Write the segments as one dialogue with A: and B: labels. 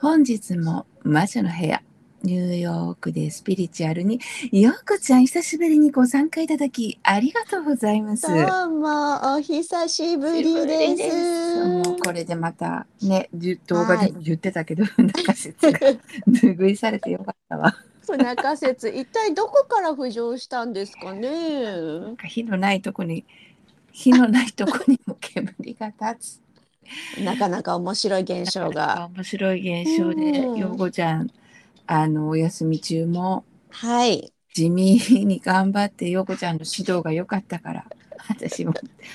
A: 本日も魔女の部屋ニューヨークでスピリチュアルにようこちゃん久しぶりにご参加いただきありがとうございます。
B: どうもお久しぶりです。
A: もうこれでまたねじゅ動画でも言ってたけど、なんか説が拭いされてよかったわ。
B: 不仲説一体どこから浮上したんですかね
A: なん。か火のないとこに火のないとこにも煙が立つ。
B: なかなか面白い現象が。
A: 面白い現象で、
B: うん
A: ようこちゃんあのお休み中も
B: はい。
A: 地味に頑張って陽子ちゃんの指導が良かったから私も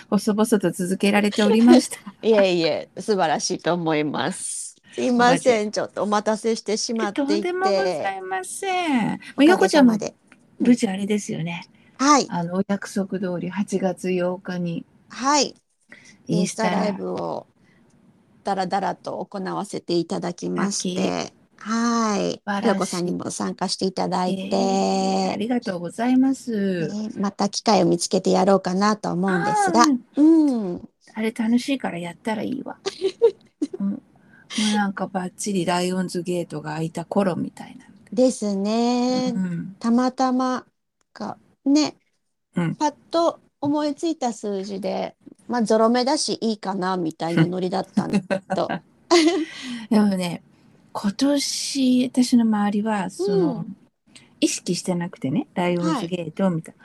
A: 細々と続けられておりました
B: いえいえ素晴らしいと思います。すいませんちょっとお 待たせしてしまって
A: と
B: い
A: んで
B: て。
A: もございませんもう陽子ちゃんも
B: おかげさ
A: 無事あれですよね
B: まで。はい
A: あのお約束通り8月8日に
B: はい。
A: イ
B: イ
A: ン
B: ン
A: ス
B: ス
A: タ
B: タ
A: ラ
B: ラ
A: イ
B: イ
A: ブ
B: ブをだらだらと行わせていただきまして。はい
A: 晴らし。い
B: よこさんにも参加していただいて。
A: ありがとうございます、
B: ねまた機会を見つけてやろうかなと思うんですが
A: あ、ー
B: うん、
A: あれ楽しいからやったらいいわ、 うん、もうなんかばっちりライオンズゲートが開いた頃みたいな、
B: ですね、
A: うん、
B: たまたまかね、
A: うん
B: パッと思いついた数字で、まあ、ゾロ目だしいいかなみたいなノリだったんだ と
A: でもね今年私の周りはその、
B: う
A: 意識してなくてねライオンズゲートみたい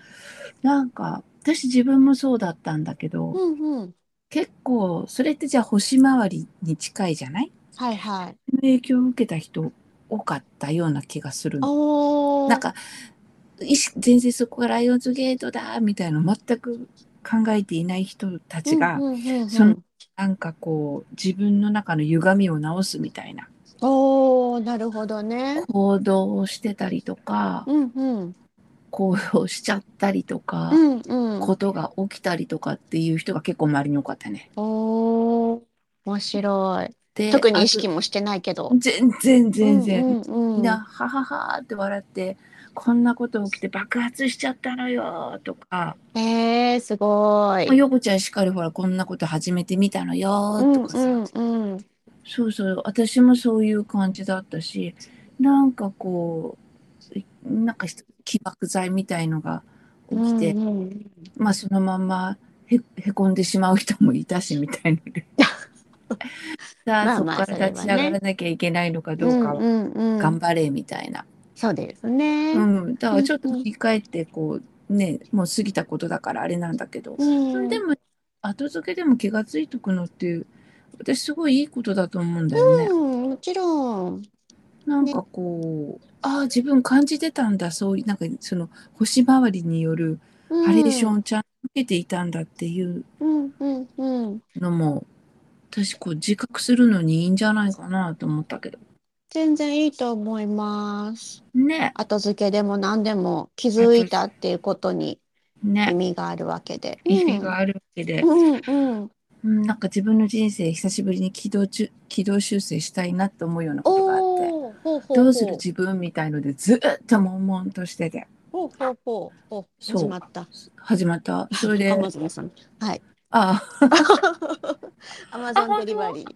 A: な、なんか私自分もそうだったんだけど、
B: うんうん
A: 結構それってじゃあ星回りに近いじゃない
B: はいはい
A: 影響を受けた人多かったような気がするの
B: おー
A: なんか意識全然そこがライオンズゲートだみたいなの全く考えていない人たちが、
B: うんうんうんうん
A: そのなんかこう自分の中の歪みを直すみたいな
B: おーなるほどね
A: 行動をしてたりとか、
B: うんうん
A: 行動しちゃったりとか、
B: うんうん
A: ことが起きたりとかっていう人が結構周りに多かったね。
B: おー面白い
A: で
B: 特に意識もしてないけ
A: あ
B: ど
A: と全然全然、
B: うんうんうん
A: みんなはははって笑ってこんなこと起きて爆発しちゃったのよとか、
B: えー、すごい
A: まあ、。よこちゃんしっかりほらこんなこと始めてみたのよ
B: うん
A: とかさ、
B: うんうん、
A: そうそう私もそういう感じだったしなんかこうなんか起爆剤みたいのが起きて、
B: うんうん
A: まあそのまんまへへこんでしまう人もいたしみたいなでさあ
B: まあ
A: そ
B: ま
A: こ
B: あ
A: から立ち上がらなきゃいけないのかどうか
B: う
A: を
B: んうんうん
A: 頑張れみたいな、
B: そうですね。
A: う
B: うん
A: だからちょっと振り返ってこうねもう過ぎたことだからあれなんだけど、
B: ん
A: でも後付けでも気がついとくのっていう私すごいいいことだと思うんだよね。
B: うんもちろん。
A: なんかこうああ自分感じてたんだそういうなんかその星回りによるハレーションちゃんと受けていたんだっていう
B: うんうんうん。
A: のも私こう自覚するのにいいんじゃないかなと思ったけど
B: 全然いいと思います。
A: ね
B: 後付けでも何でも気づいたっていうことに意
A: ね
B: 味があるわけで。
A: 意味があるわけで
B: う、んうん。
A: うん、なんか自分の人生久しぶりに軌道中軌道修正したいなと思うようなことがあって
B: おお。ほうほうほう。
A: どうする自分みたいのでずっと悶々としてて
B: ほうほうほう。ほう
A: そう
B: 始まった。
A: 始まったそれで
B: ア
A: あ
B: マゾンさん。 はい。
A: あ
B: アマゾンデリバリー。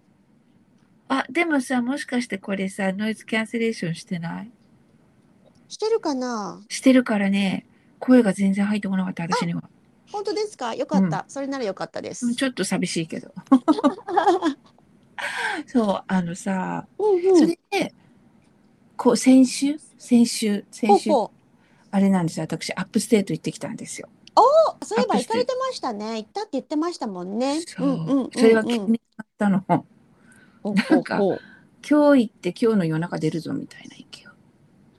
A: あでもさもしかしてこれさノイズキャンセレーションしてない
B: してるかな
A: してるからね声が全然入ってこなかった私には
B: 本当ですかよかった、それならよかったです。
A: うんちょっと寂しいけどそうあのさ
B: うん
A: それで、こう先週、先週、
B: ほう
A: 先週、
B: ほう
A: あれなんですよ、私、アップステート行ってきたんですよ。
B: あそういえば行かれてましたね。行ったって言ってましたもんね。
A: そう、
B: んうんうん
A: それが気になったの。今
B: うん
A: なんか
B: おおお
A: 日行って、今日の夜中出るぞみたいな意見を。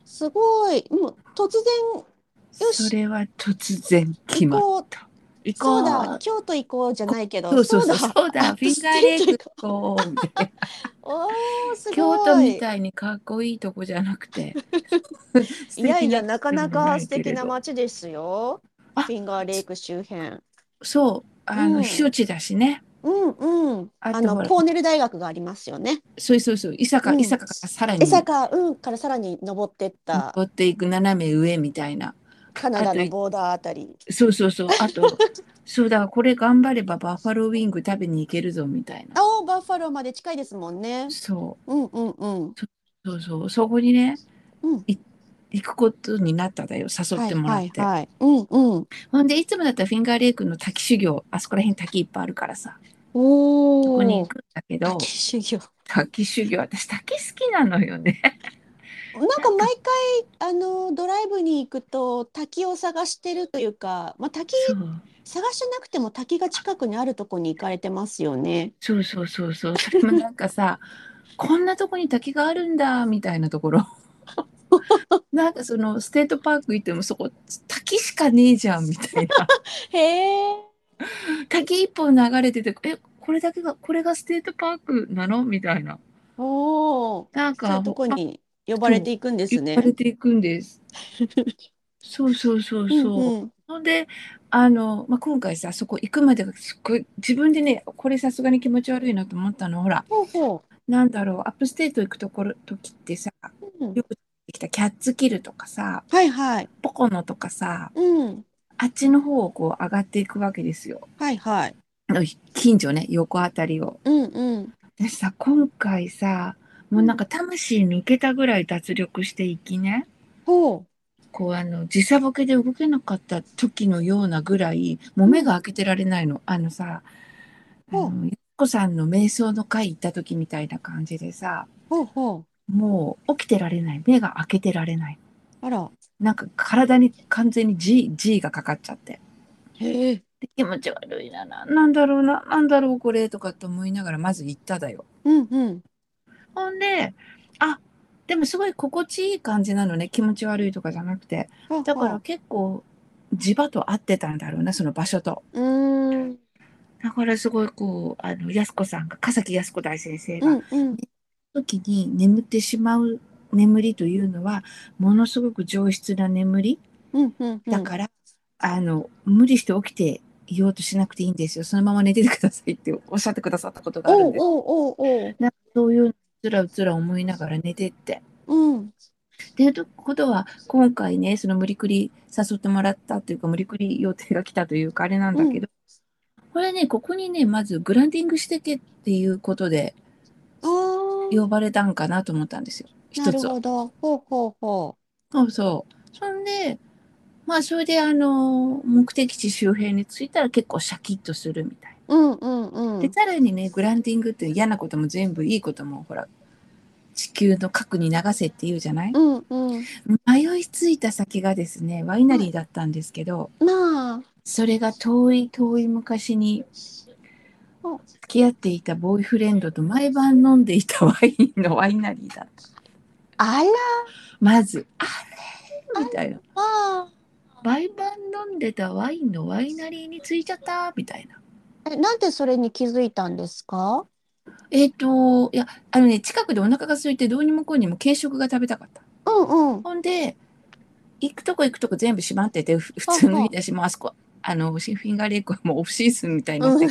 B: すごい。もう突然よし
A: それは突然決まっ
B: こう
A: た。行
B: そう
A: こ
B: だ
A: う
B: 京都行こうじゃないけど。
A: そうそうそう、
B: だ
A: そうだ、
B: ア
A: フ
B: ッ
A: ィ
B: プ
A: ン
B: ステ
A: ガーレイク
B: ート
A: 行こうみたい な。
B: おおすごい。
A: 京都みたいにかっこいいとこじゃなくて。
B: いやいやなかなか素敵な
A: 街
B: 街ですよ。
A: あ
B: フィンガーレイク周辺。
A: そう、あの、
B: うん
A: 避暑地だしね。
B: うんうん。
A: あとほ
B: あの
A: ら
B: コーネル大学がありますよね。
A: そうそうそう、伊坂、
B: うん
A: 伊坂からさらに。
B: 江坂うんからさらに登ってった
A: 登っていく斜め上みたいな
B: カナダのボーダーあたり。
A: そうそうそうあとそうだからこれ頑張ればバッファローウィング食べに行けるぞみたいな
B: おーバッファローまで近いですもんね。
A: そ
B: うんうんうん。
A: うそうそうそこにね、
B: うん
A: い行くことになったんだよ誘ってもらって、
B: はいはい、はい。うんうん。
A: ほんでいつもだったらフィンガーレイクの滝修行あそこら辺滝いっぱいあるからさ
B: おお。
A: そこに行くんだけど
B: 滝修行。
A: 滝修行私滝好きなのよね
B: なんか毎回あのドライブに行くと滝を探してるというか、まあ、滝
A: そう
B: 探してなくても滝が近くにあるとこに行かれてますよね。
A: そうそうそうそうそれもなんかさこんなとこに滝があるんだみたいなと ころなんかそのステートパーク行ってもそこ滝しかねえじゃんみたいな
B: へえ。
A: 滝一本流れててえこれだけがこれがステートパークなのみたいな
B: おお。
A: なん
B: そうい
A: か
B: うとこに呼ばれていくんですね
A: 行か。れていくん です。そうそうそうそう。
B: うんうん
A: ほんであの、まあ、今回さそこ行くまでがすっごい自分でねこれさすがに気持ち悪いなと思ったのほら
B: ほうほ
A: なんだろうアップステート行くところ時ってさ
B: う。うん
A: よく出てきたキャッツキルとかさ
B: はいはい。
A: ポコノとかさ
B: うん。
A: あっちの方をこう上がっていくわけですよ。
B: はいはい。
A: あの近所ね横あたりを。
B: うんうん。
A: でさ今回さもうなんか魂抜けたぐらい脱力していきね。
B: ほ
A: こうあの時差ボケで動けなかった時のようなぐらいもう目が開けてられないのあのさあ
B: ほう
A: のゆっこさんの瞑想の会行った時みたいな感じでさ
B: う。ほうほ。
A: もう起きてられない目が開けてられないう
B: あら。
A: なんか体に完全に G, G がかかっちゃって
B: へえ。
A: で気持ち悪いなななんだろうななんだろうこれとかと思いながらまず行っただよ
B: うんうん。
A: ほんであでもすごい心地いい感じなのね気持ち悪いとかじゃなくて
B: ほうほう
A: だから。結構磁場と合ってたんだろうなその場所と。
B: うーん。
A: だからすごいこうあの安子さんが笠木安子大先生が、
B: うんうん。
A: 時に眠ってしまう眠りというのはものすごく上質な眠り
B: うんうんうん。
A: だから、あの無理して起きていようとしなくていいんですよそのまま寝ててくださいっておっしゃってくださったことがある
B: お
A: ん
B: う
A: です
B: おうおう
A: なんかそういうのうつらうつら思いながら寝てって。
B: おう。うん。
A: っていうことは今回ねその無理くり誘ってもらったというか無理くり予定が来たというかあれなんだけど、これねここにねまずグランディングしてけっていうことで
B: あー
A: 呼ばれたんかなと思ったんですよ
B: な
A: 一
B: る
A: つは。
B: ほど。ほうほうほ
A: そうそうそんでまあそれであの目的地周辺に着いたら結構シャキッとするみたい。
B: う。うんうんう
A: で
B: ん。
A: さらにねグランディングって嫌なことも全部いいこともほら地球の核に流せって言うじゃない、
B: うんうん。
A: 迷いついた先がですねワイナリーだったんですけど、
B: まあ。
A: それが遠い遠い昔に
B: お
A: 付き合っていたボーイフレンドと毎晩飲んでいたワインのワイナリーだった
B: あら
A: まずあれみたいな
B: まあ。
A: 毎晩飲んでたワインのワイナリーに着いちゃったみたいな
B: え、なんでそれに気づいたんですか
A: えっ、といやあのね近くでお腹が空いてどうにもこうにも軽食が食べたかった
B: うんうん。
A: ほんで行くとこ行くとこ全部閉まっててふ普通の日だしもうあそこあのシンフィンガーレイクはもうオフシーズンみたいになって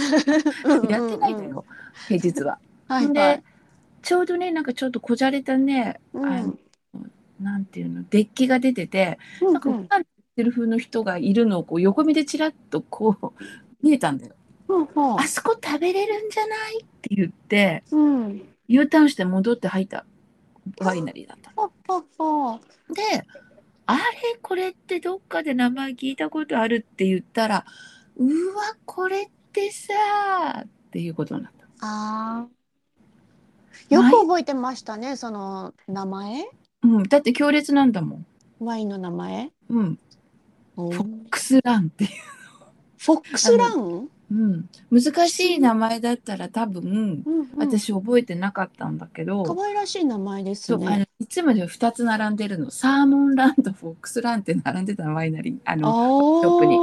A: やってないのよ、
B: うんうんうん
A: 平日は。
B: はい
A: で、
B: はい。
A: ちょうどねなんかちょっとこじゃれたね
B: うん
A: あのなんていうのデッキが出てて
B: うん
A: なんか普段やってる風の人がいるのをこう横目でちらっとこう 見えたんだよ。
B: うんうん
A: あそこ食べれるんじゃないって言って
B: うん。
A: U ターンして戻って入ったワイナリーだったの。
B: ほうほうほう。
A: であれこれってどっかで名前聞いたことあるって言ったらうわこれってさーっていうことになった。
B: あーよく覚えてましたね、その名前。
A: うん、だって強烈なんだもん。
B: ワインの名前。
A: うん、
B: おー
A: フォックスランっていう
B: フォックスラン。
A: うん、難しい名前だったら多分
B: うんうん。
A: 私覚えてなかったんだけど、
B: 可愛らしい名前です
A: そうあの
B: ね。
A: いつもで2つ並んでるのサーモンランとフォックスランって並んでたのワイナリーあ
B: ああ
A: の
B: ー。
A: トップに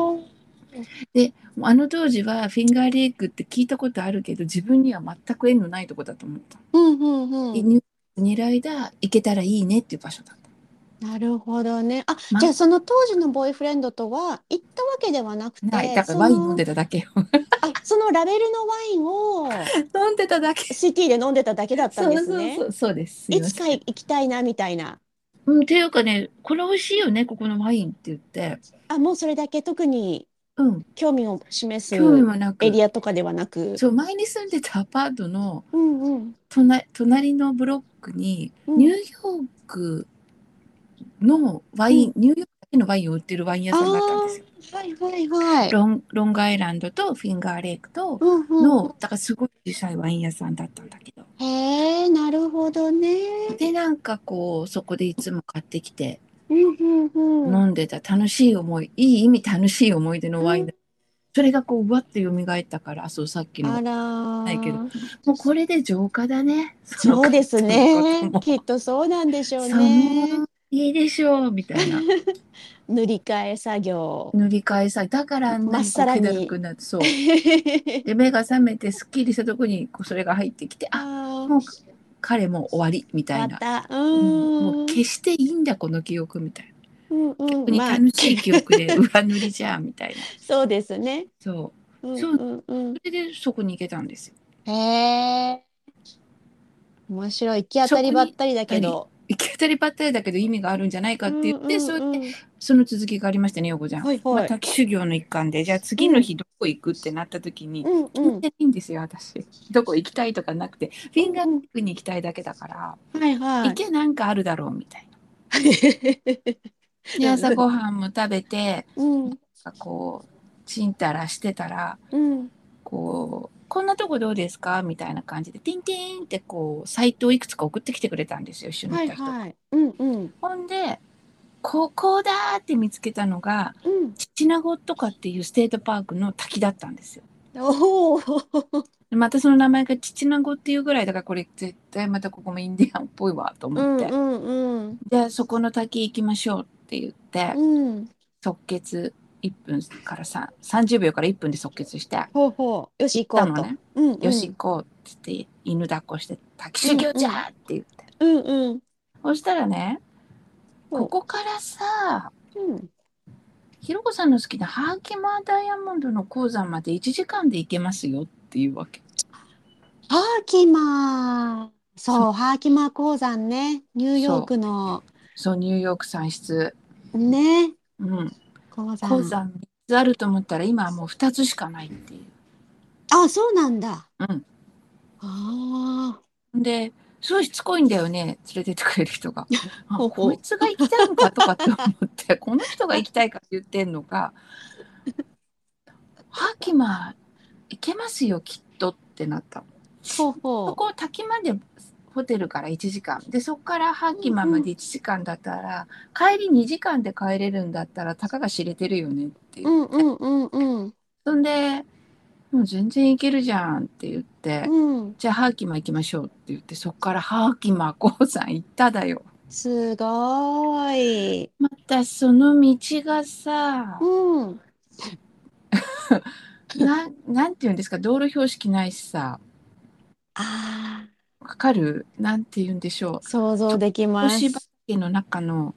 A: あの当時はフィンガーレイクって聞いたことあるけど自分には全く縁のないとこだと思った、
B: うんうんうん。
A: に狙いだ行けたらいいねっていう場所だった
B: なるほどね。あ、
A: ま
B: じゃあその当時のボーイフレンドとは行ったわけではなくて、
A: ないだか
B: そ
A: ら
B: の
A: ワイン飲んでただけよ
B: あ、そのラベルのワインを
A: 飲んでただけ
B: シティで飲んでただけだった
A: そ
B: んで
A: う
B: す
A: そう
B: ね
A: そ。うそうです
B: いつか行きたいなみたいな。
A: うん、っていうかねこれ美味しいよねここのワインって言って
B: あ、もうそれだけ特に
A: うん、
B: 興味を示す
A: 興味もなく
B: エリアとかではなく。
A: そう前に住んでたアパートの
B: うんうん。
A: 隣隣のブロックに
B: うん
A: ニューヨークのワイン、ニューヨークだけのワインを売ってるワイン屋さんがあったんですよ。
B: はいはいはい。
A: ロンロングアイランドとフィンガーレイクと
B: うんうん、
A: の、だからすごい小さいワイン屋さんだったんだけど。
B: へえ、なるほどね。
A: でなんかこうそこでいつも買ってきて
B: うんうんうん。
A: 飲んでた楽しい思い、いい意味楽しい思い出のワインだ、それがこううわって蘇ったからそうさっき
B: あ
A: の
B: ら。
A: ないけどもうこれで浄化だねの
B: そうですね。
A: 買っ
B: きっとそうなんでしたょう
A: ことも
B: ね。
A: そういいでしょうみたい な
B: 塗り替え作業。
A: 塗り替えさだからあんな
B: まっ
A: にこ
B: さ
A: う
B: ら
A: 気
B: に
A: だるくなってそうで目が覚めてすっきりしたとこにこうそれが入ってきてあ
B: あ
A: もう彼も終わりみた
B: あ、
A: い
B: ま
A: な、
B: た。う
A: うん
B: ー。
A: もうん決していいんだこの記憶みたいな
B: うんうん
A: 特に
B: まあ
A: 楽しい記憶で上塗りじゃんみたいな
B: そうですね。
A: そう
B: うん
A: そう
B: うんうん。
A: それでそこに行けたんですよ
B: へえ。面白い。行き当たりばったりだけど。
A: 行き当たりばったりだけど意味があるんじゃないかって言って、そうやって
B: て。
A: その続きがありましたね横ちゃん、
B: はいはい
A: まあ滝修行の一環でじゃあ次の日どこ行くってなった時に、
B: うん
A: 全
B: うん
A: 然。いいんですよ私どこ行きたいとかなくてフィンガークに行きたいだけだから、
B: はいは。
A: 行けなんかあるだろうみたいないで朝ごはんも食べて
B: うん
A: なんかこうちんたらしてたら
B: うん。
A: こうこんなとこどうですかみたいな感じでティンティンってこうサイトをいくつか送ってきてくれたんですよ一緒に
B: はいい
A: た人が
B: はい。うんうん
A: ほんで、ここだーって見つけたのが、
B: うん。
A: 父名護とかっていうステートパークの滝だったんですよ。
B: おお。
A: でまたその名前が父名護っていうぐらいだから、これ絶対またここもインディアンっぽいわと
B: う
A: 思っ
B: ん
A: て。
B: うんうん。
A: じゃあそこの滝行きましょうって言って、
B: うん。
A: 即決1分から3 30秒から1分で即決して、
B: ほうほう。よし行
A: 行
B: こ
A: ったの
B: うと。
A: ね。
B: うんうん。
A: よし行こうって言って、犬抱っこして、滝修行じゃーって言って。
B: うんうん。
A: そしたらね、
B: ほう
A: ここからさ、
B: うん。
A: ひろこさんの好きなハーキマーダイヤモンドの鉱山まで1時間で行けますよっていうわけ。
B: ハーキマー。
A: そ
B: そう、ハーキマー鉱山ね。ニューヨークの。
A: そう、ニューヨーク産出。
B: ね。
A: うん。
B: 鉱山。
A: 鉱山3つあると思ったら今はもう2つしかないってい
B: あ、そうなんだ。
A: うん。
B: ああ。
A: う。で、すごいしつこいんだよね、連れてってくれる人が。あ
B: ほうほう
A: こいつが行きたいのかとかって思って、この人が行きたいかって言ってんのか、ハーキマー行けますよ、きっとってなった。
B: ほうほ。
A: そうこ滝までホテルから1時間でそこからハーキマまで1時間だったら、帰り2時間で帰れるんだったらたかが知れてるよねっていう、
B: うんうんうんうん。
A: そんでもう全然行けるじゃんって言って、
B: うん。
A: じゃあハーキマ行きましょうって言ってそこからハーキマ鉱山行っただよ
B: すごーい。
A: またその道がさ
B: うん。
A: ななんて言うんですか道路標識ないしさ
B: ああ。
A: わかるなんて言うんでしょう
B: 想像できま
A: 星
B: す。
A: 畑の中の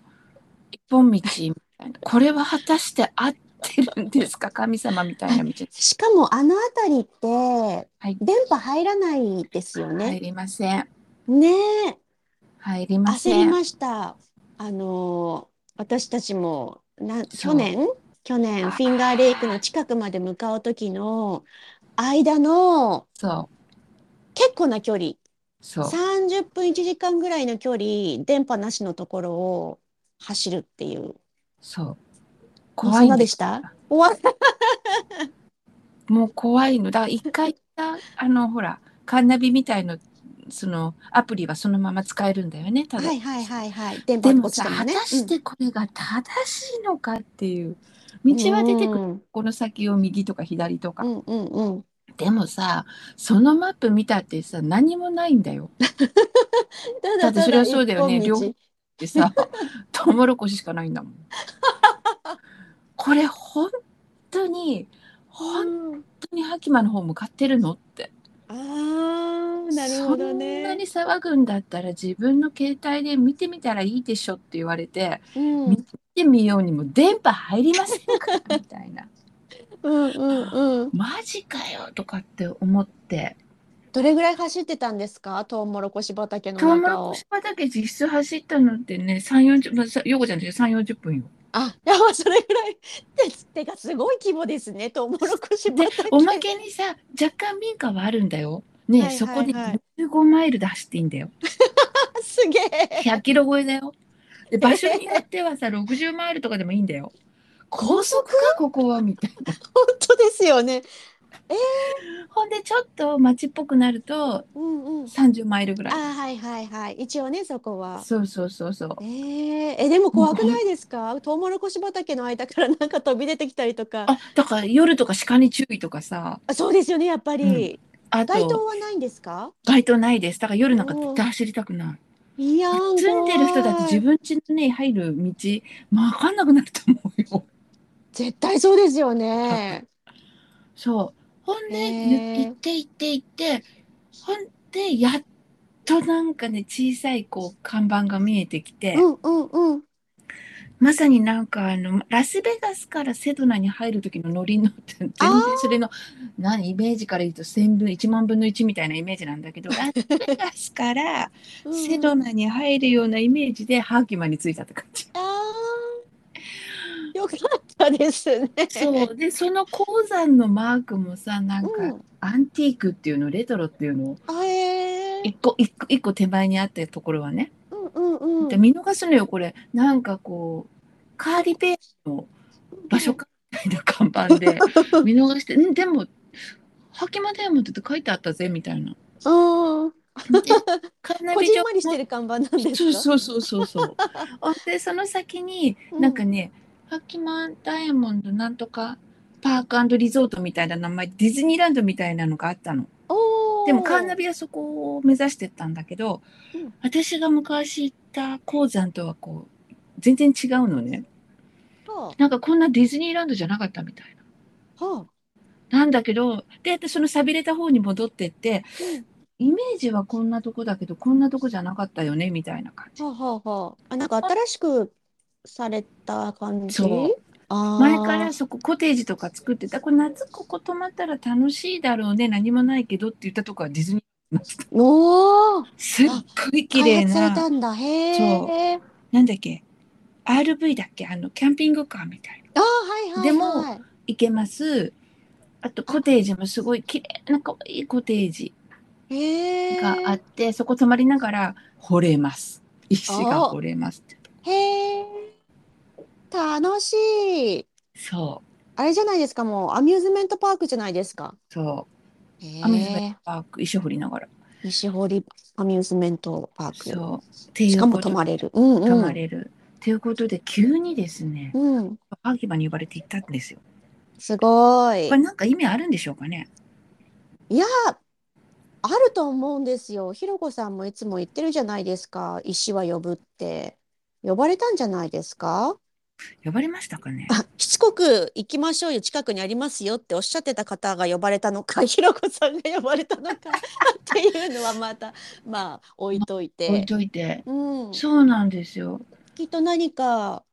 A: 一本道みたいなこれは果たして合ってるんですか神様みたいな道
B: しかもあの辺りって
A: はい
B: 電波入らないですよ
A: 入
B: ね。
A: りません
B: ねえ。
A: 入りま
B: 焦
A: せ
B: り
A: ん
B: ました。あのー私たちもな
A: そ
B: 去
A: う
B: 年去
A: あ
B: 年
A: ー
B: フィンガーレイクの近くまで向かう時の間の
A: そう
B: 結構な距離
A: そう
B: 30分1時間ぐらいの距離電波なしのところを走るっていう
A: そう怖い
B: そ
A: ん
B: んな
A: で
B: ですした怖い
A: もう怖いのだから一回行ったあのほらカンナビみたいのそのアプリはそのまま使えるんだよねただ、
B: はいはいはいはい電波
A: でも
B: 落ち
A: さ
B: たの
A: 果
B: ね
A: たしてこれが正しいのかっていう道は出てくる、
B: る
A: この先を右とか左とか
B: うんうんうん
A: でもさそのマップ見たってさ何もないんだよ
B: た
A: だってそれはそうだよね
B: 一本道
A: って さトウモロコシしかないんだもん。これ本当に本
B: うん
A: 当にハキマの方向かってるのって
B: あーなるほどね
A: そんなに騒ぐんだったら自分の携帯で見てみたらいいでしょって言われて
B: うん
A: 見てみようにも電波入りませんからみた いな
B: うんうんうん。
A: マジかよとかって思って
B: どれぐらい走ってたんですか、トウモロコシ畑の
A: トウモ
B: 中
A: ロ
B: を
A: コ。シ畑実質走ったのってね3 4 0まあさヨコちゃんと3 4 0分よ。
B: あ、いや、それぐらい。で、てがすごい規模ですね、トウモロコシ
A: で
B: 畑。
A: おまけにさ若干民家はあるんだよ。ね、
B: はいはいはい
A: そこで15マイルで走っていいんだ よ。
B: すげえ。
A: 100キロ超えだよ。で場所によってはさ60マイルとかでもいいんだよ。高速かここはみたいな。
B: 本当ですよね。
A: ほんでちょっと街っぽくなると
B: うんうん。
A: 30マイルぐ
B: あ
A: らい。
B: ーはいはいはい。一応ねそこは。
A: そうそうそうそう。
B: えー、えでも怖くないですか？トウモロコシ畑の間からなんか飛び出てきたりとか。
A: あだから夜とか鹿に注意とかさ
B: あそうですよねやっぱり。
A: あ
B: 街灯
A: と
B: はないんですか？
A: 街灯ないですだから夜なんか
B: おー
A: 絶対走りたくない
B: いやー
A: 住んでる人だって
B: 怖い
A: 自分家のね入る道まあ分かんなくなると思うよ。
B: 絶対そうですよね。
A: そう。ほんで、
B: へー
A: 行って行って行って、ほんで、やっとなんかね、小さいこう看板が見えてきて、
B: うんうんうん。
A: まさになんかあの、ラスベガスからセドナに入る時のノリの、全然
B: あー
A: それの、何、イメージから言うと千分、1万分の1みたいなイメージなんだ けど、ラスベガスから
B: うん
A: セドナに入るようなイメージで、ハーキマンに着いたって感じ。
B: あーよかったですね。
A: そう。で、その鉱山のマークもさ、なんか、
B: うん。
A: アンティークっていうの、レトロっていうの
B: あえー
A: 一個一個一個手前にあったところはね、
B: うんうんうん。
A: で見逃すのよこれなんかこうカーリペーの場所かみたいな看板で 見逃してんでも「ハキマダイヤモンド」って書いてあったぜみた いな。
B: うん。
A: でカーナ
B: こ
A: ビ
B: じ
A: 上
B: んまりしてる看板なんですか。
A: そうそうそうそう そう。ほんでその先に
B: うん
A: なんかね「ハキマダイヤモンドなんとかパークリゾート」みたいな名前ディズニーランドみたいなのがあったの。
B: おー
A: でもカーナビはそこを目指してったんだけど、
B: うん
A: 私が昔行った鉱山とはこう全然違うのね
B: は
A: なんかこんなディズニーランドじゃなかったみたいな。
B: あは
A: なんだけどで私その寂れた方に戻ってってイメージはこんなとこだけどこんなとこじゃなかったよねみたいな感
B: あ
A: じ。
B: はあはあはあ。あなんか新しくされた感じ。
A: そう
B: あー
A: 前からそこコテージとか作ってたこれ夏ここ泊まったら楽しいだろうね何もないけどって言ったとこはディズニーランドになってた
B: おお。
A: すっごい綺麗
B: 開発され
A: な
B: たんだ。へえ。
A: なんだっけ RV だっけあのキャンピングカーみたいな。
B: あーはいはいはい。
A: でも行けます。あとコテージもすごい綺麗な可愛いコテージ
B: へえ。
A: があって、そこ泊まりながら掘れます。石が掘れますって。
B: へえ。楽しい。
A: そう
B: あれじゃないですか。もうアミューズメントパークじゃないですか。
A: そ
B: へ
A: う。アミューズメン
B: え
A: ト。パーク石掘りながら。
B: 西堀アミューズメントパーク。
A: そう。ってい
B: し
A: う
B: かも
A: こと
B: 泊まれる。うんうん。
A: 泊まれる。ということで急にですね、
B: うん。
A: 秋葉に呼ばれて行ったんですよ。
B: すごい
A: こ。れなんか意味あるんでしょうかね。
B: いやー、あると思うんですよ。ひろこさんもいつも言ってるじゃないですか。石は呼ぶって。呼ばれたんじゃないですか
A: 呼ばれましたかね。
B: あ、しつこく行きましょうよ。近くにありますよっておっしゃってた方が呼ばれたのか、 ひろこさんが呼ばれたのか っていうのはまた、まあ、置いとい
A: 置い
B: て。
A: といて。
B: うん。
A: そうなんですよ。
B: きっと何か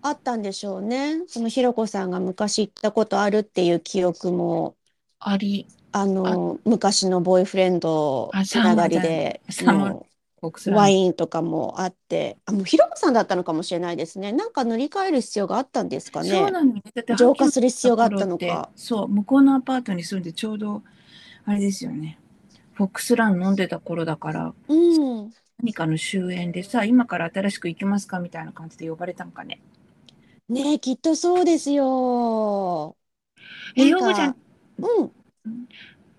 B: あったんでしょうね。そのひろこさんが昔行ったことあるっていう記憶も。
A: あり
B: あの昔のボーイフレンド
A: あ
B: つながりで
A: サーモン
B: も
A: ボックス
B: う
A: ラン
B: ワインとかもあってあもうひろこさんだったのかもしれないですねなんか塗り替える必要があったんですかね
A: そうなのよだって
B: 浄化する必要があったのか。
A: そう、向こうのアパートに住んでちょうど、あれですよね。フォックスラン飲んでた頃だから、
B: うん
A: 何かの終焉でさ、今から新しく行きますかみたいな感じで呼ばれたんかね。
B: ねえきっとそうですよ
A: え、
B: な
A: ヨ
B: んか
A: ゴちゃん、
B: うん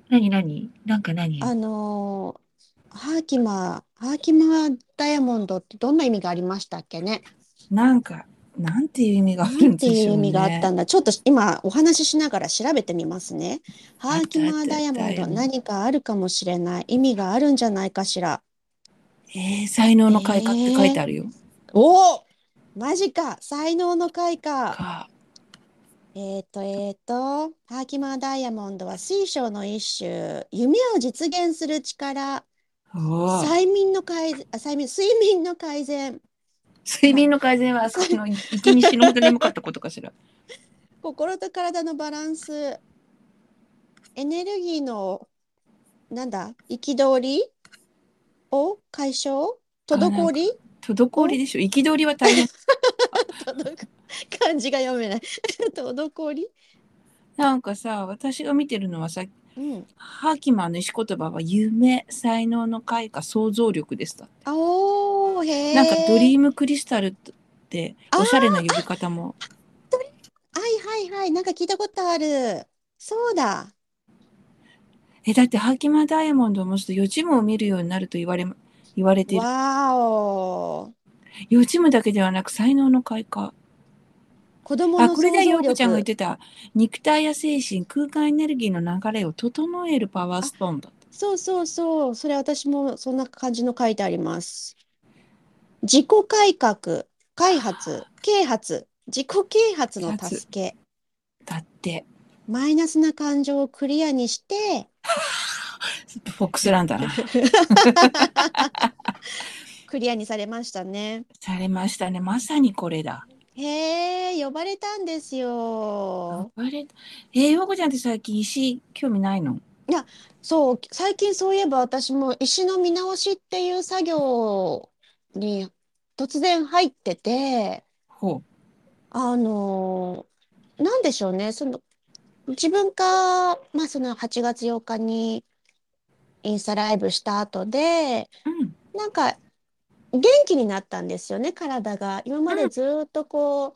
A: 何何なんか何
B: あのーハーキマハーキマダイヤモンドってどんな意味がありましたっけね
A: なんか、なんていう意味があ
B: な
A: るん
B: ん
A: で
B: て
A: しょうね。
B: いう意味があったんだ。ちょっと今お話ししながら調べてみますね。ハーキマーダイヤモンド何かあるかもしれない。意味があるんじゃないかしら。
A: えー才能の開花って書いてあるよ。
B: おおマジか才能の開花。
A: か
B: えっ、とえっ、と、ハーキマーダイヤモンドは水晶の一種。夢を実現する力。
A: おー
B: 催眠の改善、あ催眠、睡眠の改善。
A: 睡眠の改善は、あそこの生きに死ぬほど眠かったことかし ら。
B: 心と体のバランス。エネルギーの、なんだ、憤りを解消
A: あなんか
B: 滞り
A: 滞りでしょ。憤りは大変。
B: 滞漢字が読めない。 滞り。
A: なんかさ、私が見てるのはさ、
B: うん。
A: ハーキマンの石言葉は夢、才能の開花、想像力ですだって。
B: あおーへえ。
A: なんかドリ
B: ー
A: ームクリスタルっておしゃれな呼び方も。
B: はいはいはい。なんか聞いたことある。そうだ。
A: え、だってハーキマンダイヤモンドを持つと予知夢を見るようになると言われ、言われている。
B: わーおー。
A: 予知夢だけではなく才能の開花。
B: 子供
A: あ、
B: の
A: これだよ、
B: 想像
A: 陽子ちゃんが言っ
B: 力。
A: てた。肉体や精神、空間エネルギーの流れを整えるパワーストーンだって。
B: そうそうそう。それ私もそんな感じの書いてあります。自己改革、開発、啓発、自己啓発の助け。
A: だって、
B: マイナスな感情をクリアにして、
A: フォックスランだな。
B: クリアにされましたね。
A: されましたね。まさにこれだ。
B: へえ、呼ばれたんですよ。
A: あれえー、陽子ちゃんって最近石興味ないの
B: そう、最近そういえば私も石の見直しっていう作業に突然入ってて、
A: ほ
B: あのーなんでしょうね、その、自分が、まあその8月8日にインスタライブした後で、
A: う。うん。
B: なんか元気になったんですよね、体が。今までずーっとこう、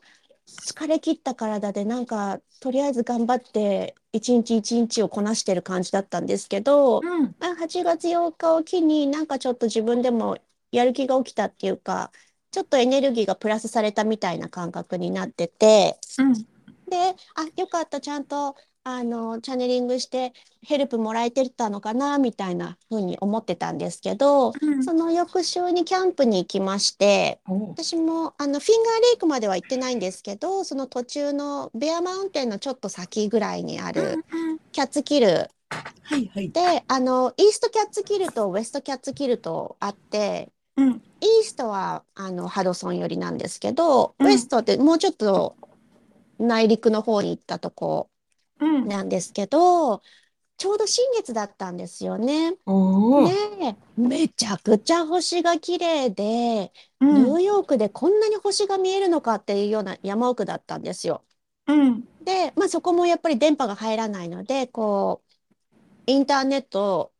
B: 疲れ切った体で、なんか、とりあえず頑張って、一日一日をこなしてる感じだったんですけ
A: う
B: ど、
A: ん。
B: あ8月8日を機になんかちょっと自分でもやる気が起きたっていうか、ちょっとエネルギーがプラスされたみたいな感覚になってて、
A: うん。
B: で、あ、よかった、ちゃんと、あの、チャネリングしてヘルプもらえてたのかな、みたいな風に思ってたんですけど、
A: うん
B: その翌週にキャンプに行きまして、
A: ほ
B: 私もあのフィンガーレイクまでは行ってないんですけど、その途中のベアマウンテンのちょっと先ぐらいにあ
A: う。うんう
B: る
A: ん。
B: キャッツキル
A: はいはい。
B: で、あの、イーストキャッツキルとウエストキャッツキルとあって、
A: うん。
B: イーストはあのハドソン寄りなんですけど、
A: うん
B: ウエストってもうちょっと内陸の方に行ったとこ
A: うん。
B: なんですけど、ちょうど新月だったんですよね。ね
A: おお。
B: えめちゃくちゃ星が綺麗で、
A: う
B: ニュー
A: ん。
B: ヨークでこんなに星が見えるのかっていうような山奥だったんですよ。
A: うん。
B: で、まあ、そこもやっぱり電波が入らないので、こう、インターネット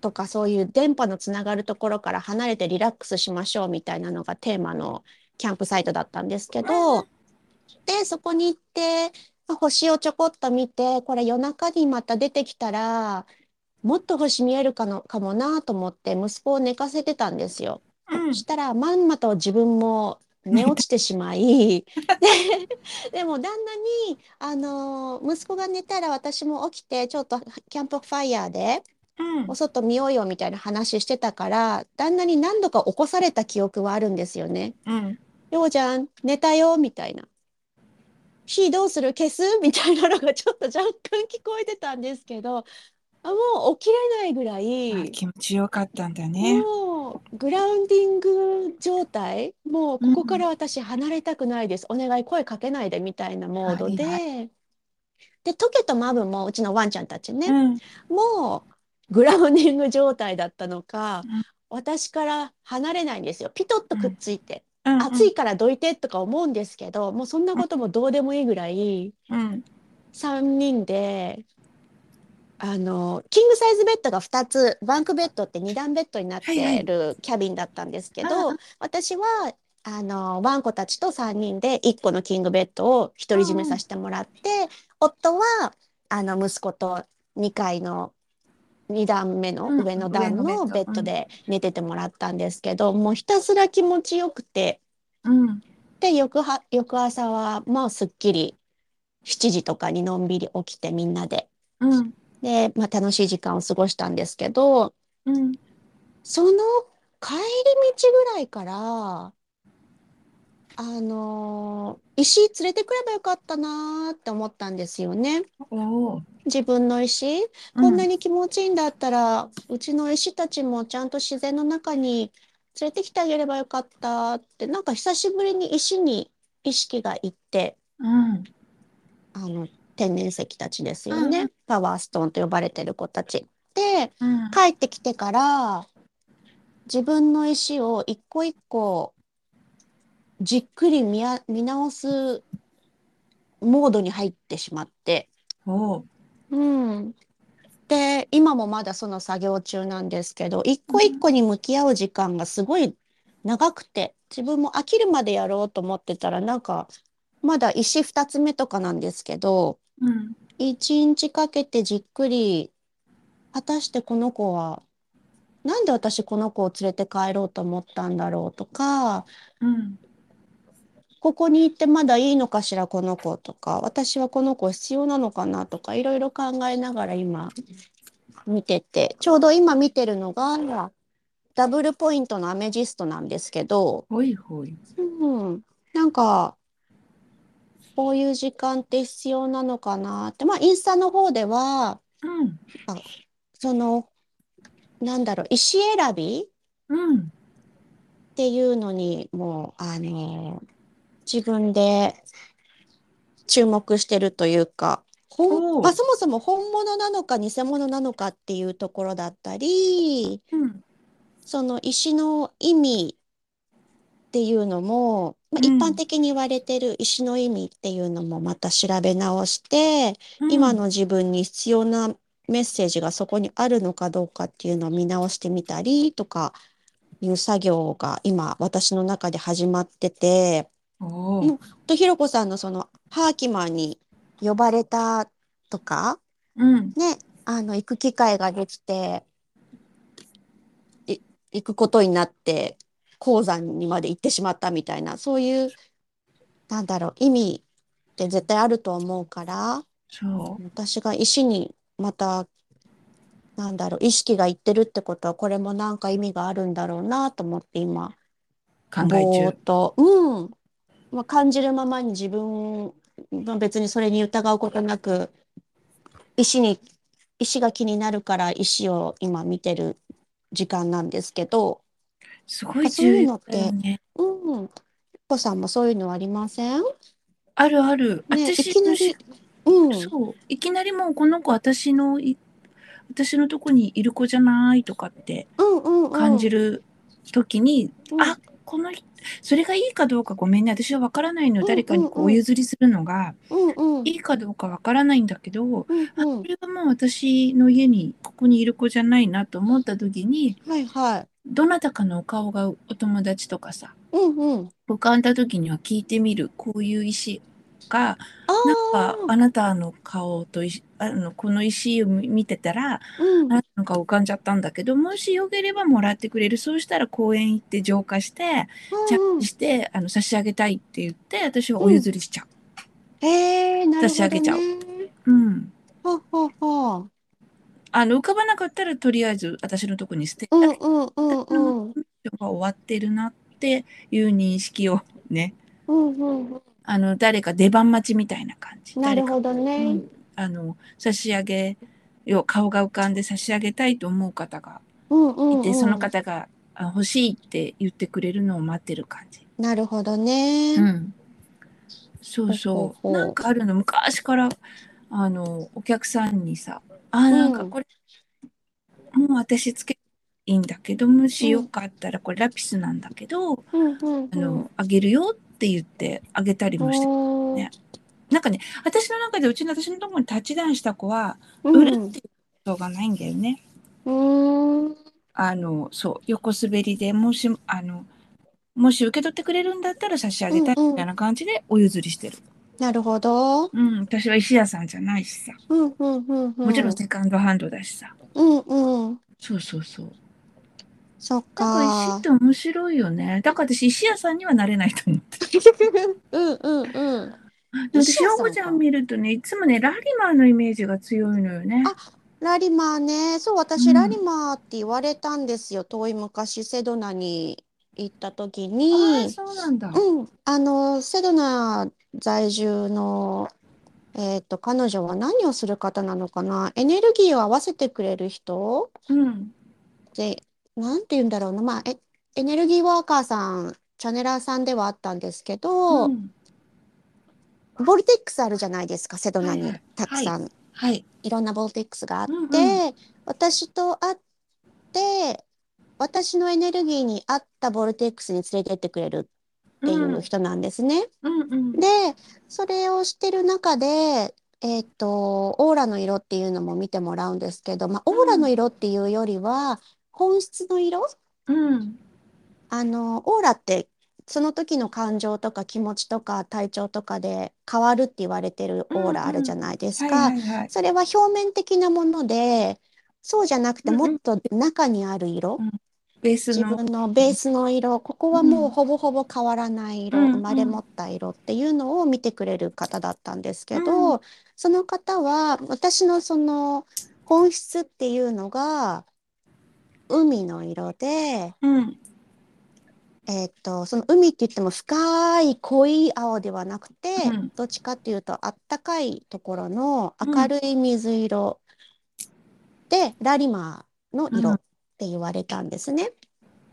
B: とかそういう電波のつながるところから離れてリラックスしましょうみたいなのがテーマのキャンプサイトだったんですけど、で、そこに行って、まあ星をちょこっと見て、これ夜中にまた出てきたら、もっと星見えるかの、かもなと思って息子を寝かせてたんですよ。
A: うん
B: そし。たらまんまと自分も寝落ちてしまい ででも旦那に、あのー息子が寝たら私も起きてちょっとキャンプファイヤーで
A: うん
B: お。外見ようよみたいな話してたから旦那に何度か起こされた記憶はあるんですよね。
A: うん。
B: ようちゃん寝たよみたいな。火どうする消すみたいなのがちょっと若干聞こえてたんですけどあもう起きれないぐら
A: あ
B: い。
A: 気持ちよかったんだね。
B: もうグラウンディング状態、もうここから私離れたくないです、お願い声かけないでみたいなモードで、
A: は
B: で、トケとマブもうちのワンちゃんたち
A: う
B: ね、
A: ん。
B: もうグラウンディング状態だったのか
A: うん、
B: 私から離れないんですよ。ピトッとくっついて、
A: うん
B: 暑い。からどいてとか思うんですけど、もうそんなこともどうでもいいぐらい、
A: うん。
B: 3人で、あの、キングサイズベッドが2つ、バンクベッドって2段ベッドになっ
A: はいは
B: て
A: い
B: るキャビンだったんですけど、
A: ああ
B: 私は、あの、ワンコたちと3人で1個のキングベッドを独り占めさせてもらって、夫は、あの、息子と2階の2段目の
A: うん
B: 上の
A: 上
B: 段
A: の
B: の
A: ベ
B: ベ
A: ッド
B: ッドで寝ててもらったんですけど、もうひたすら気持ちよくて、
A: うん。
B: で、翌は、翌朝は、もうすっきり、7時とかにのんびり起きてみんなで、
A: うん。
B: で、まあ楽しい時間を過ごしたんですけど、
A: うん。
B: その帰り道ぐらいから、あのー石連れてくればよかったなーって思ったんですよね。
A: おお。
B: 自分の石。こんなに気持ちいいんだったら、うちの石たちもちゃんと自然の中に連れてきてあげればよかったって、なんか久しぶりに石に意識がいって、
A: うん。
B: あの、天然石たちですよね。
A: うんうん
B: パワーストーンと呼ばれてる子たち。で、
A: うん。
B: 帰ってきてから、自分の石を一個一個じっくり見や見直すモードに入ってしまって、
A: おう
B: うん、で今もまだその作業中なんですけど一個一個に向き合う時間がすごい長くて自分も飽きるまでやろうと思ってたらなんかまだ石2つ目とかなんですけど
A: うん。
B: 1日かけてじっくり果たしてこの子はなんで私この子を連れて帰ろうと思ったんだろうとか
A: うん。
B: ここに行ってまだいいのかしら、この子とか、私はこの子必要なのかなとか、いろいろ考えながら今見てて、ちょうど今見てるのが、ダブルポイントのアメジストなんですけど、
A: ほいほい。
B: うん、なんか、こういう時間って必要なのかなって、まあ、インスタの方では、
A: うん。
B: その、なんだろう、石選び
A: うん。
B: っていうのにもうあの自分で注目してるというか
A: お
B: 本、
A: う
B: まあ、そもそも本物なのか偽物なのかっていうところだったり
A: うん。
B: その石の意味っていうのも、まあ、
A: う
B: 一
A: ん
B: 般的に言われてる石の意味っていうのもまた調べ直して、今の自分に必要なメッセージがそこにあるのかどうかっていうのを見直してみたりとかいう作業が今私の中で始まってて、
A: おう
B: とひろこさんのそのハーキマンに呼ばれたとか
A: うん。
B: ね、あの行く機会ができて、い行くことになって鉱山にまで行ってしまったみたいなそういうなんだろう意味って絶対あると思うから。
A: そう。
B: 私が石にまたなんだろう意識がいってるってことはこれもなんか意味があるんだろうなと思って今
A: 考
B: ぼー
A: え
B: っと、うんまあ、感じるままに自分まあ別にそれに疑うことなく石に石が気になるから石を今見てる時間なんですけど、
A: 中。すごい重要だ
B: そういう
A: よね。
B: うん、ゆっこさんもそういうのありません、ね、
A: あるある。
B: い
A: 私
B: きなり、うん、
A: そう。いきなりもうこの子私のい、私のとこにいる子じゃないとかって
B: うんうんうん
A: 感じる時に、
B: うん
A: あこの人、それがいいかどうかごめんね。私はわからないの
B: うん
A: を誰かにこうお譲りするのが、
B: うんうん
A: いいかどうかわからないんだけど、
B: うん
A: あ
B: うん
A: これはもう私の家に、ここにいる子じゃないなと思った時に、
B: はいはい
A: どなたかのお顔がお友達とかさ、
B: うんうん
A: 浮かんだ時には聞いてみる。こういう石が、
B: あ
A: なん
B: あ
A: かあなたの顔と石あのこの石を見てたら
B: うん
A: あなたの顔浮かんじゃったんだけどもしよければもらってくれるそうしたら公園行って浄化して
B: うん
A: ジャッジしてあの差し上げたいって言って私はお譲りしちゃ
B: えー、なるほど、
A: 差
B: ね。
A: し上げちゃうう。うん
B: ほうほうほう。
A: あの浮かばなかったらとりあえず私のとこに捨てた
B: う
A: ら
B: んうんうんうん。
A: が終わってるなっていう認識をね
B: うんうん。
A: あの誰か出番待ちみたいな感じ。
B: な
A: 誰
B: る
A: か
B: ほど
A: う
B: ね。
A: んあの差し上げよう顔が浮かんで差し上げたいと思う方が
B: うんうん、う
A: い
B: ん。
A: て、その。方があ欲しいって言ってくれるのを待ってる感じ。
B: なるほどね。
A: うん、そうそ
B: ほうほう
A: う
B: ほう
A: なんかあるの昔からあのお客さんにさ「あなんか
B: うん
A: これ、もう私つけていいんだけどもしよかったらこれラピスなんだけど、
B: うんうん、
A: あのあげるよ」って言ってあげたりもして
B: おー
A: ねなんかね私の中でうちの私のところにタッチダウンした子は
B: う
A: 売る
B: ん
A: っていうことがないんだよね。
B: うん。うん。
A: あのそう横滑りでもしあのもし受け取ってくれるんだったら差し上げたい
B: うんうん
A: みたいな感じでお譲りしてる、
B: なるほど。
A: うん私は石屋さんじゃないしさ
B: うんうんうんうん。
A: もちろんセカンドハンドだしさ、
B: うんうん。
A: そうそうそう
B: そっ
A: だから石
B: か
A: っ。て面白いよねだから私石屋さんにはなれないと思って
B: うんうんうん。
A: で
B: 石
A: 私
B: 屋
A: ヨ
B: さんか
A: コちゃん見るとねいつもねラリマーのイメージが強いのよね
B: あラリマーね、そう、私、
A: うん
B: ラリマーって言われたんですよ、遠い昔、セドナに行った時
A: あ
B: に
A: ー、そうなんだ、
B: うん、あの、セドナ在住の、えっと、彼女は何をする方なのかな、エネルギーを合わせてくれる人
A: うん
B: で、なんて言うんだろうな、まあ、え、エネルギーワーカーさん、チャネラーさんではあったんですけ
A: う
B: ど、
A: ん、
B: ボルテックスあるじゃないですか、セドナに
A: はいはい
B: たくさん。
A: はい
B: いろんなボルテックスがあって、
A: うんう
B: 私と会って私のエネルギーに合ったボルテックスに連れてってくれるっていう人なんですね。
A: うんうん
B: で、それをしてる中で、えっと、オーラの色っていうのも見てもらうんですけど、まあ、オーラの色っていうよりは、本質の色
A: うん
B: あの、オーラって、その時の感情とか気持ちとか体調とかで変わるって言われてるオーラあるじゃないです
A: はい
B: か
A: は。いはい
B: それは表面的なもので、そうじゃなくて
A: うんうん
B: もっと中にある色、
A: ベース
B: 自
A: の
B: 分のベースの色、ここはもうほぼほぼ変わらない色、
A: うんうん
B: 生まれ持った色っていうのを見てくれる方だったんですけ
A: う
B: ど、その方は私のその本質っていうのが海の色で、
A: うん
B: えーっと、その海って言っても深い濃い青ではなくて、
A: うん
B: どっちかっていうとあったかいところの明るい水色で、ラリマーの色って言われたんですね。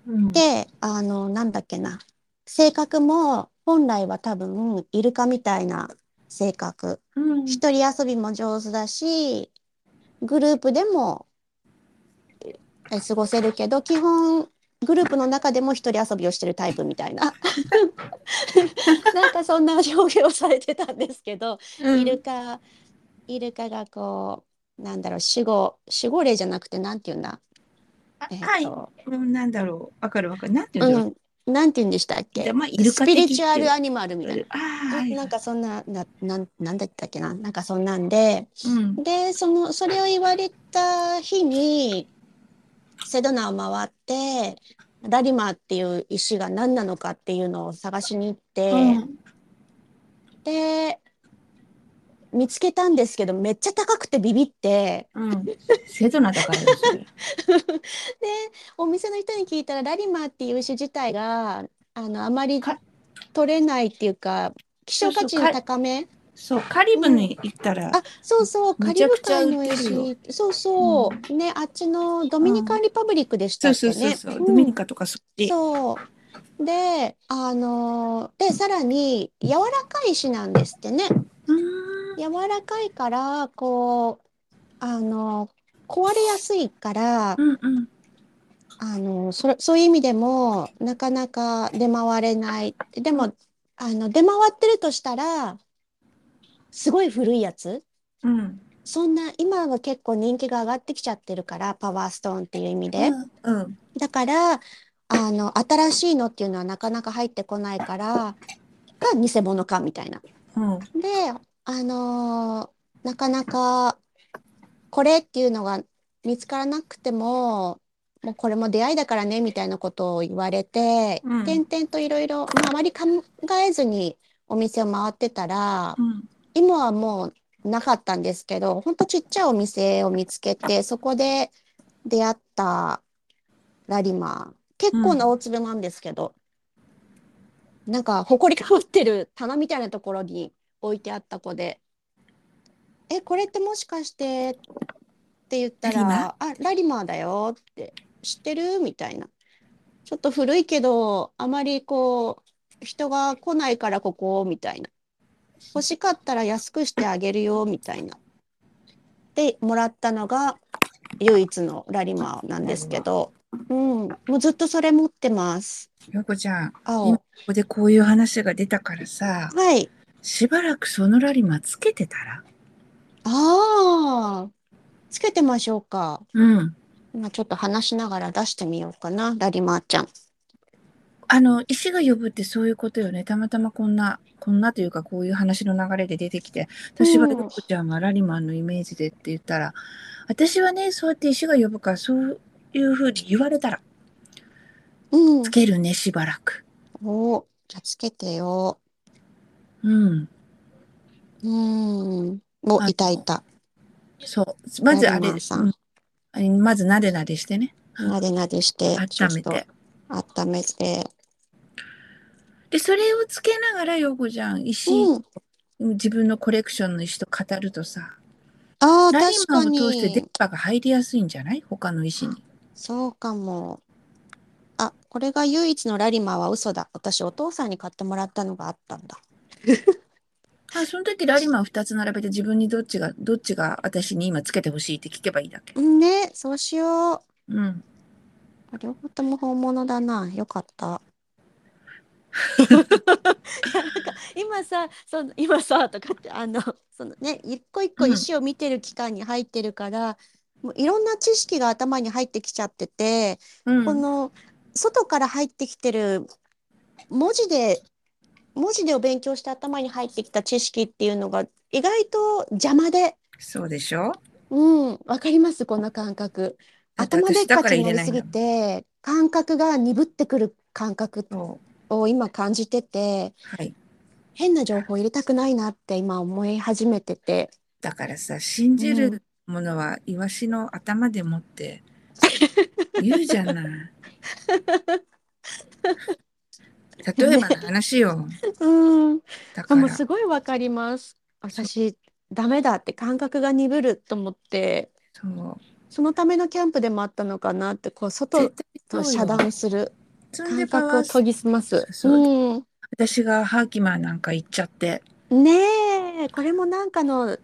A: うん
B: で、あの、なんだっけな。性格も本来は多分イルカみたいな性格。
A: うん
B: 一人遊びも上手だし、グループでもえ過ごせるけど、基本グループの中でも一人遊びをしてるタイプみた いな。なんかそんな表現をされてたんですけど、
A: うん
B: イルカ、イルカがこう、なんだろう、死後、死後霊じゃなくて、なんて言うんだ。
A: あ
B: えっ
A: はい
B: と、
A: うんなんだろうわかるわかるなんていうんだろう
B: うん、なんて言うんでしたっけ
A: じゃあまあイルカ
B: ス
A: 的
B: ピ
A: っていう
B: リチュアルアニマルみたいな。
A: あーはい
B: なんかそんな、な、なん、なんだったっけな、なんかそんなんで、
A: うん
B: で、その、それを言われた日に、セドナを回って、ラリマっていう石が何なのかっていうのを探しに行って、
A: うん
B: で、見つけたんですけど、めっちゃ高くてビビって、
A: うん セドナだからですよ
B: で、お店の人に聞いたら、ラリマっていう石自体が、あの、あまり
A: か
B: 取れないっていうか、希少価値
A: そうそ
B: の
A: うか
B: 高め。
A: そうカリブに行ったら
B: あ、そうそう、カ
A: む
B: リ
A: ちゃ
B: ブ
A: くちゃ
B: 海の
A: 売ってるよ
B: 石。そうそう、ね、あっちのドミニカンリパブリックでした
A: そ
B: っ
A: う
B: け
A: そう
B: ね。
A: そうそう
B: うん
A: ドミニカとかそっち
B: そう。で、あのーで、さらに、柔らかい石なんですってね。
A: うん
B: 柔らかいから、こう、あのー壊れやすいから、
A: うんうん
B: あの、そ、そういう意味でも、なかなか出回れない。でも、あの、出回ってるとしたら、すごい古いやつ。
A: うん
B: そんな、今は結構人気が上がってきちゃってるから、パワーストーンっていう意味で。
A: うん
B: だから、あの、新しいのっていうのはなかなか入ってこないから、が偽物か、みたいな。
A: うん
B: で、あのーなかなか、これっていうのが見つからなくても、もうこれも出会いだからね、みたいなことを言われて、
A: うん
B: 点々といろいろ、まあ、あまり考えずにお店を回ってたら
A: う、ん
B: 今はもうなかったんですけど、ほんとちっちゃいお店を見つけて、そこで出会ったラリマ。結構な大粒なんですけど、なんか、埃かぶってる棚みたいなところに置いてあった子で、え、これってもしかしてって言ったら、あ、ラリマーだよって知ってるみたいな。ちょっと古いけど、あまりこう、人が来ないからここ、みたいな。欲しかったら安くしてあげるよ、みたいな。で、もらったのが唯一のラリマーなんですけど、うん、もうずっとそれ持ってます。
A: ヨコちゃんこ
B: 青。
A: こでこういう話が出たからさ
B: はい。
A: しばらくそのラリマつけてたら
B: ああ、つけてましょうか。
A: うん
B: 今ちょっと話しながら出してみようかな、ラリマーちゃん。
A: あの石が呼ぶってそういうことよねたまたまこんなこんなというかこういう話の流れで出てきて私は
B: うん
A: ヨコちゃんがラリマンのイメージでって言ったら私はねそうやって石が呼ぶからそういうふうに言われたら
B: うん
A: つ。けるねしばらく
B: お、じゃあつけてよ。
A: うん
B: うーん。お、
A: あ
B: いたいた。
A: そうまずあ
B: ラリ
A: れ
B: マン
A: で
B: さ
A: す
B: ん
A: まずなでなでしてね
B: なでなでして、ちょっ
A: 温め
B: と
A: て
B: 温めて。
A: でそれをつけながらヨコちゃん石、
B: うん。
A: 自分のコレクションの石と語るとさ
B: ああ、
A: ラリ
B: 確
A: マ
B: か
A: ンを通して
B: に
A: 電。波が入りやすいんじゃない他の石に。
B: そうかも。あ、これが唯一のラリマは嘘だ。私、お父さんに買ってもらったのがあったんだ。
A: あその時ラリマン2つ並べて自分にどっちがどっちが私に今つけてほしいって聞けばいいだけ。
B: ね、そうしよう。
A: うん。
B: 両方とも本物だな。よかった。今さ、その今さとかってあのそのね一個一個
A: うん
B: 石を見てる期間に入ってるから、もういろんな知識が頭に入ってきちゃってて、
A: うん
B: この外から入ってきてる文字で文字でお勉強して頭に入ってきた知識っていうのが意外と邪魔で、
A: そうでしょ
B: うん、わかりますこの感覚。
A: だって
B: 頭で
A: 私
B: っか
A: だから
B: ち
A: 入
B: にな
A: れな
B: り
A: い
B: す
A: ん
B: ぎ
A: だもん
B: て感覚が鈍ってくる感覚
A: そう
B: を今感じてて
A: はい。
B: 変な情報入れたくないなって今思い始めてて
A: だからさ、信じるものはイワシの頭でもって 言うじゃない。例えばの話よ。
B: うん
A: だか
B: あ
A: ら
B: もうすごいわかります私ダメだって感覚が鈍ると思って
A: そう
B: そのためのキャンプでもあったのかなってこう外
A: 絶対
B: と
A: そうよ
B: 遮断する
A: それ
B: 感
A: でパ
B: 覚
A: ワ
B: を
A: ー
B: 研ぎ澄ます、
A: そう私がハーキマンなんか行っちゃって
B: ん、ねえこれもなんかの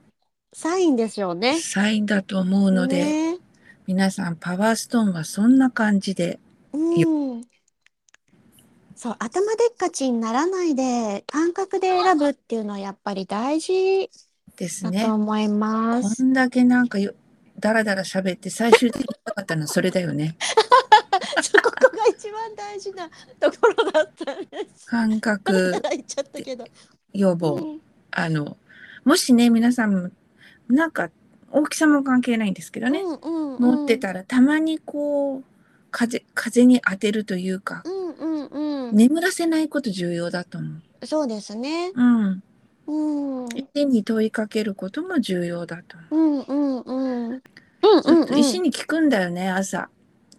B: サインですよね
A: サインだと思うので、
B: ねえ
A: 皆さんパワーストーンはそんな感じで
B: うん。そう、頭でっかちにならないで、感覚で選ぶっていうのはやっぱり大事
A: です
B: だ
A: ね
B: と。思いま
A: こ
B: す。
A: んだけなんかよだらだら喋って最終的に分かったのはそれだよね。
B: そこが一番大事なところだったんです。
A: 感覚
B: 言っちゃったけど。
A: 予
B: う
A: 防
B: ん
A: あのもしね皆さんもなんか大きさも関係ないんですけどね、
B: うんうんうん
A: 持って。たらたまにこう風風に当てるというか
B: うんうんうん。
A: 眠らせないこと重要だと思う。
B: そうですね。
A: うん、
B: うん。うん
A: 石に問いかけることも重要だと思う。
B: うんうん。うんうんうん。
A: 石に聞くんだよね朝。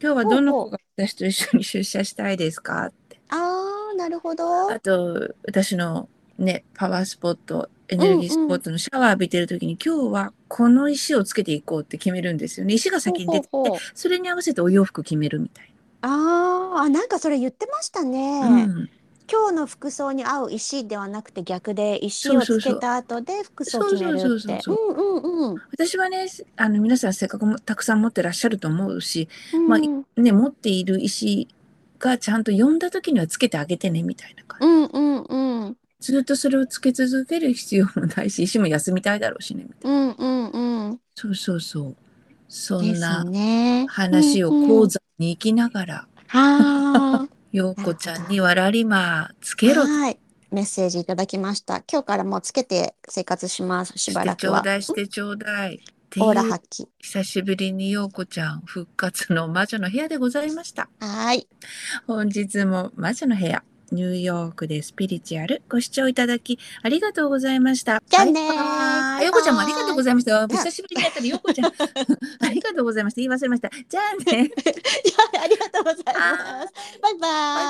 A: 今日はどの子が私と一緒に出社したいですかって。
B: ああ、なるほど。
A: あと私のねパワースポットエネルギースポットのシャワー浴びてる時に、今日はこの石をつけていこうって決めるんですよね石が先に出て
B: ほうほうほう
A: それに合わせてお洋服決めるみたい
B: あーあ、なんかそれ言ってましたね。
A: な、うん、
B: 今日の服装に合う石ではなくて逆で石をつけた後で服装を決める
A: そうそ
B: っ
A: うそう
B: て。
A: そう
B: うんうんうん。
A: 私はねあの皆さんせっかくもたくさん持ってらっしゃると思うし、
B: うん
A: まあ
B: うん
A: ね、持っている石がちゃんと読んだ時にはつけてあげてねみたいな感じ、
B: うんうん
A: ずっとそれをつけ続ける必要もないし石も休みたいだろうしねみたいな
B: うんうんうん。
A: そうそうそうそ
B: で
A: ん
B: す
A: な
B: ね。
A: 話を
B: うんうん
A: 講座に行きながら、
B: は
A: ようこちゃんにわらりまつけろ
B: ーはい。メッセージいただきました。今日からもうつけて生活します。し
A: し
B: ば
A: て
B: ら
A: ち
B: く
A: ょう
B: は。
A: だいしてちょうだい。ってい
B: オーラ
A: う
B: 発揮。
A: 久しぶりにようこちゃん復活の魔女の部屋でございました。
B: はーい。
A: 本日も魔女の部屋、ニューヨークでスピリチュアルご視聴いただきありがとうございました。
B: じゃあねー
A: バイバ
B: バイ
A: ー
B: バイ
A: イようこちゃんもありがとうございました。お久しぶりに会ったらようこ ちゃんありがとうございました。言い忘れました。じゃあね。
B: いやありがとうございます。バイバイ。
A: バイバイ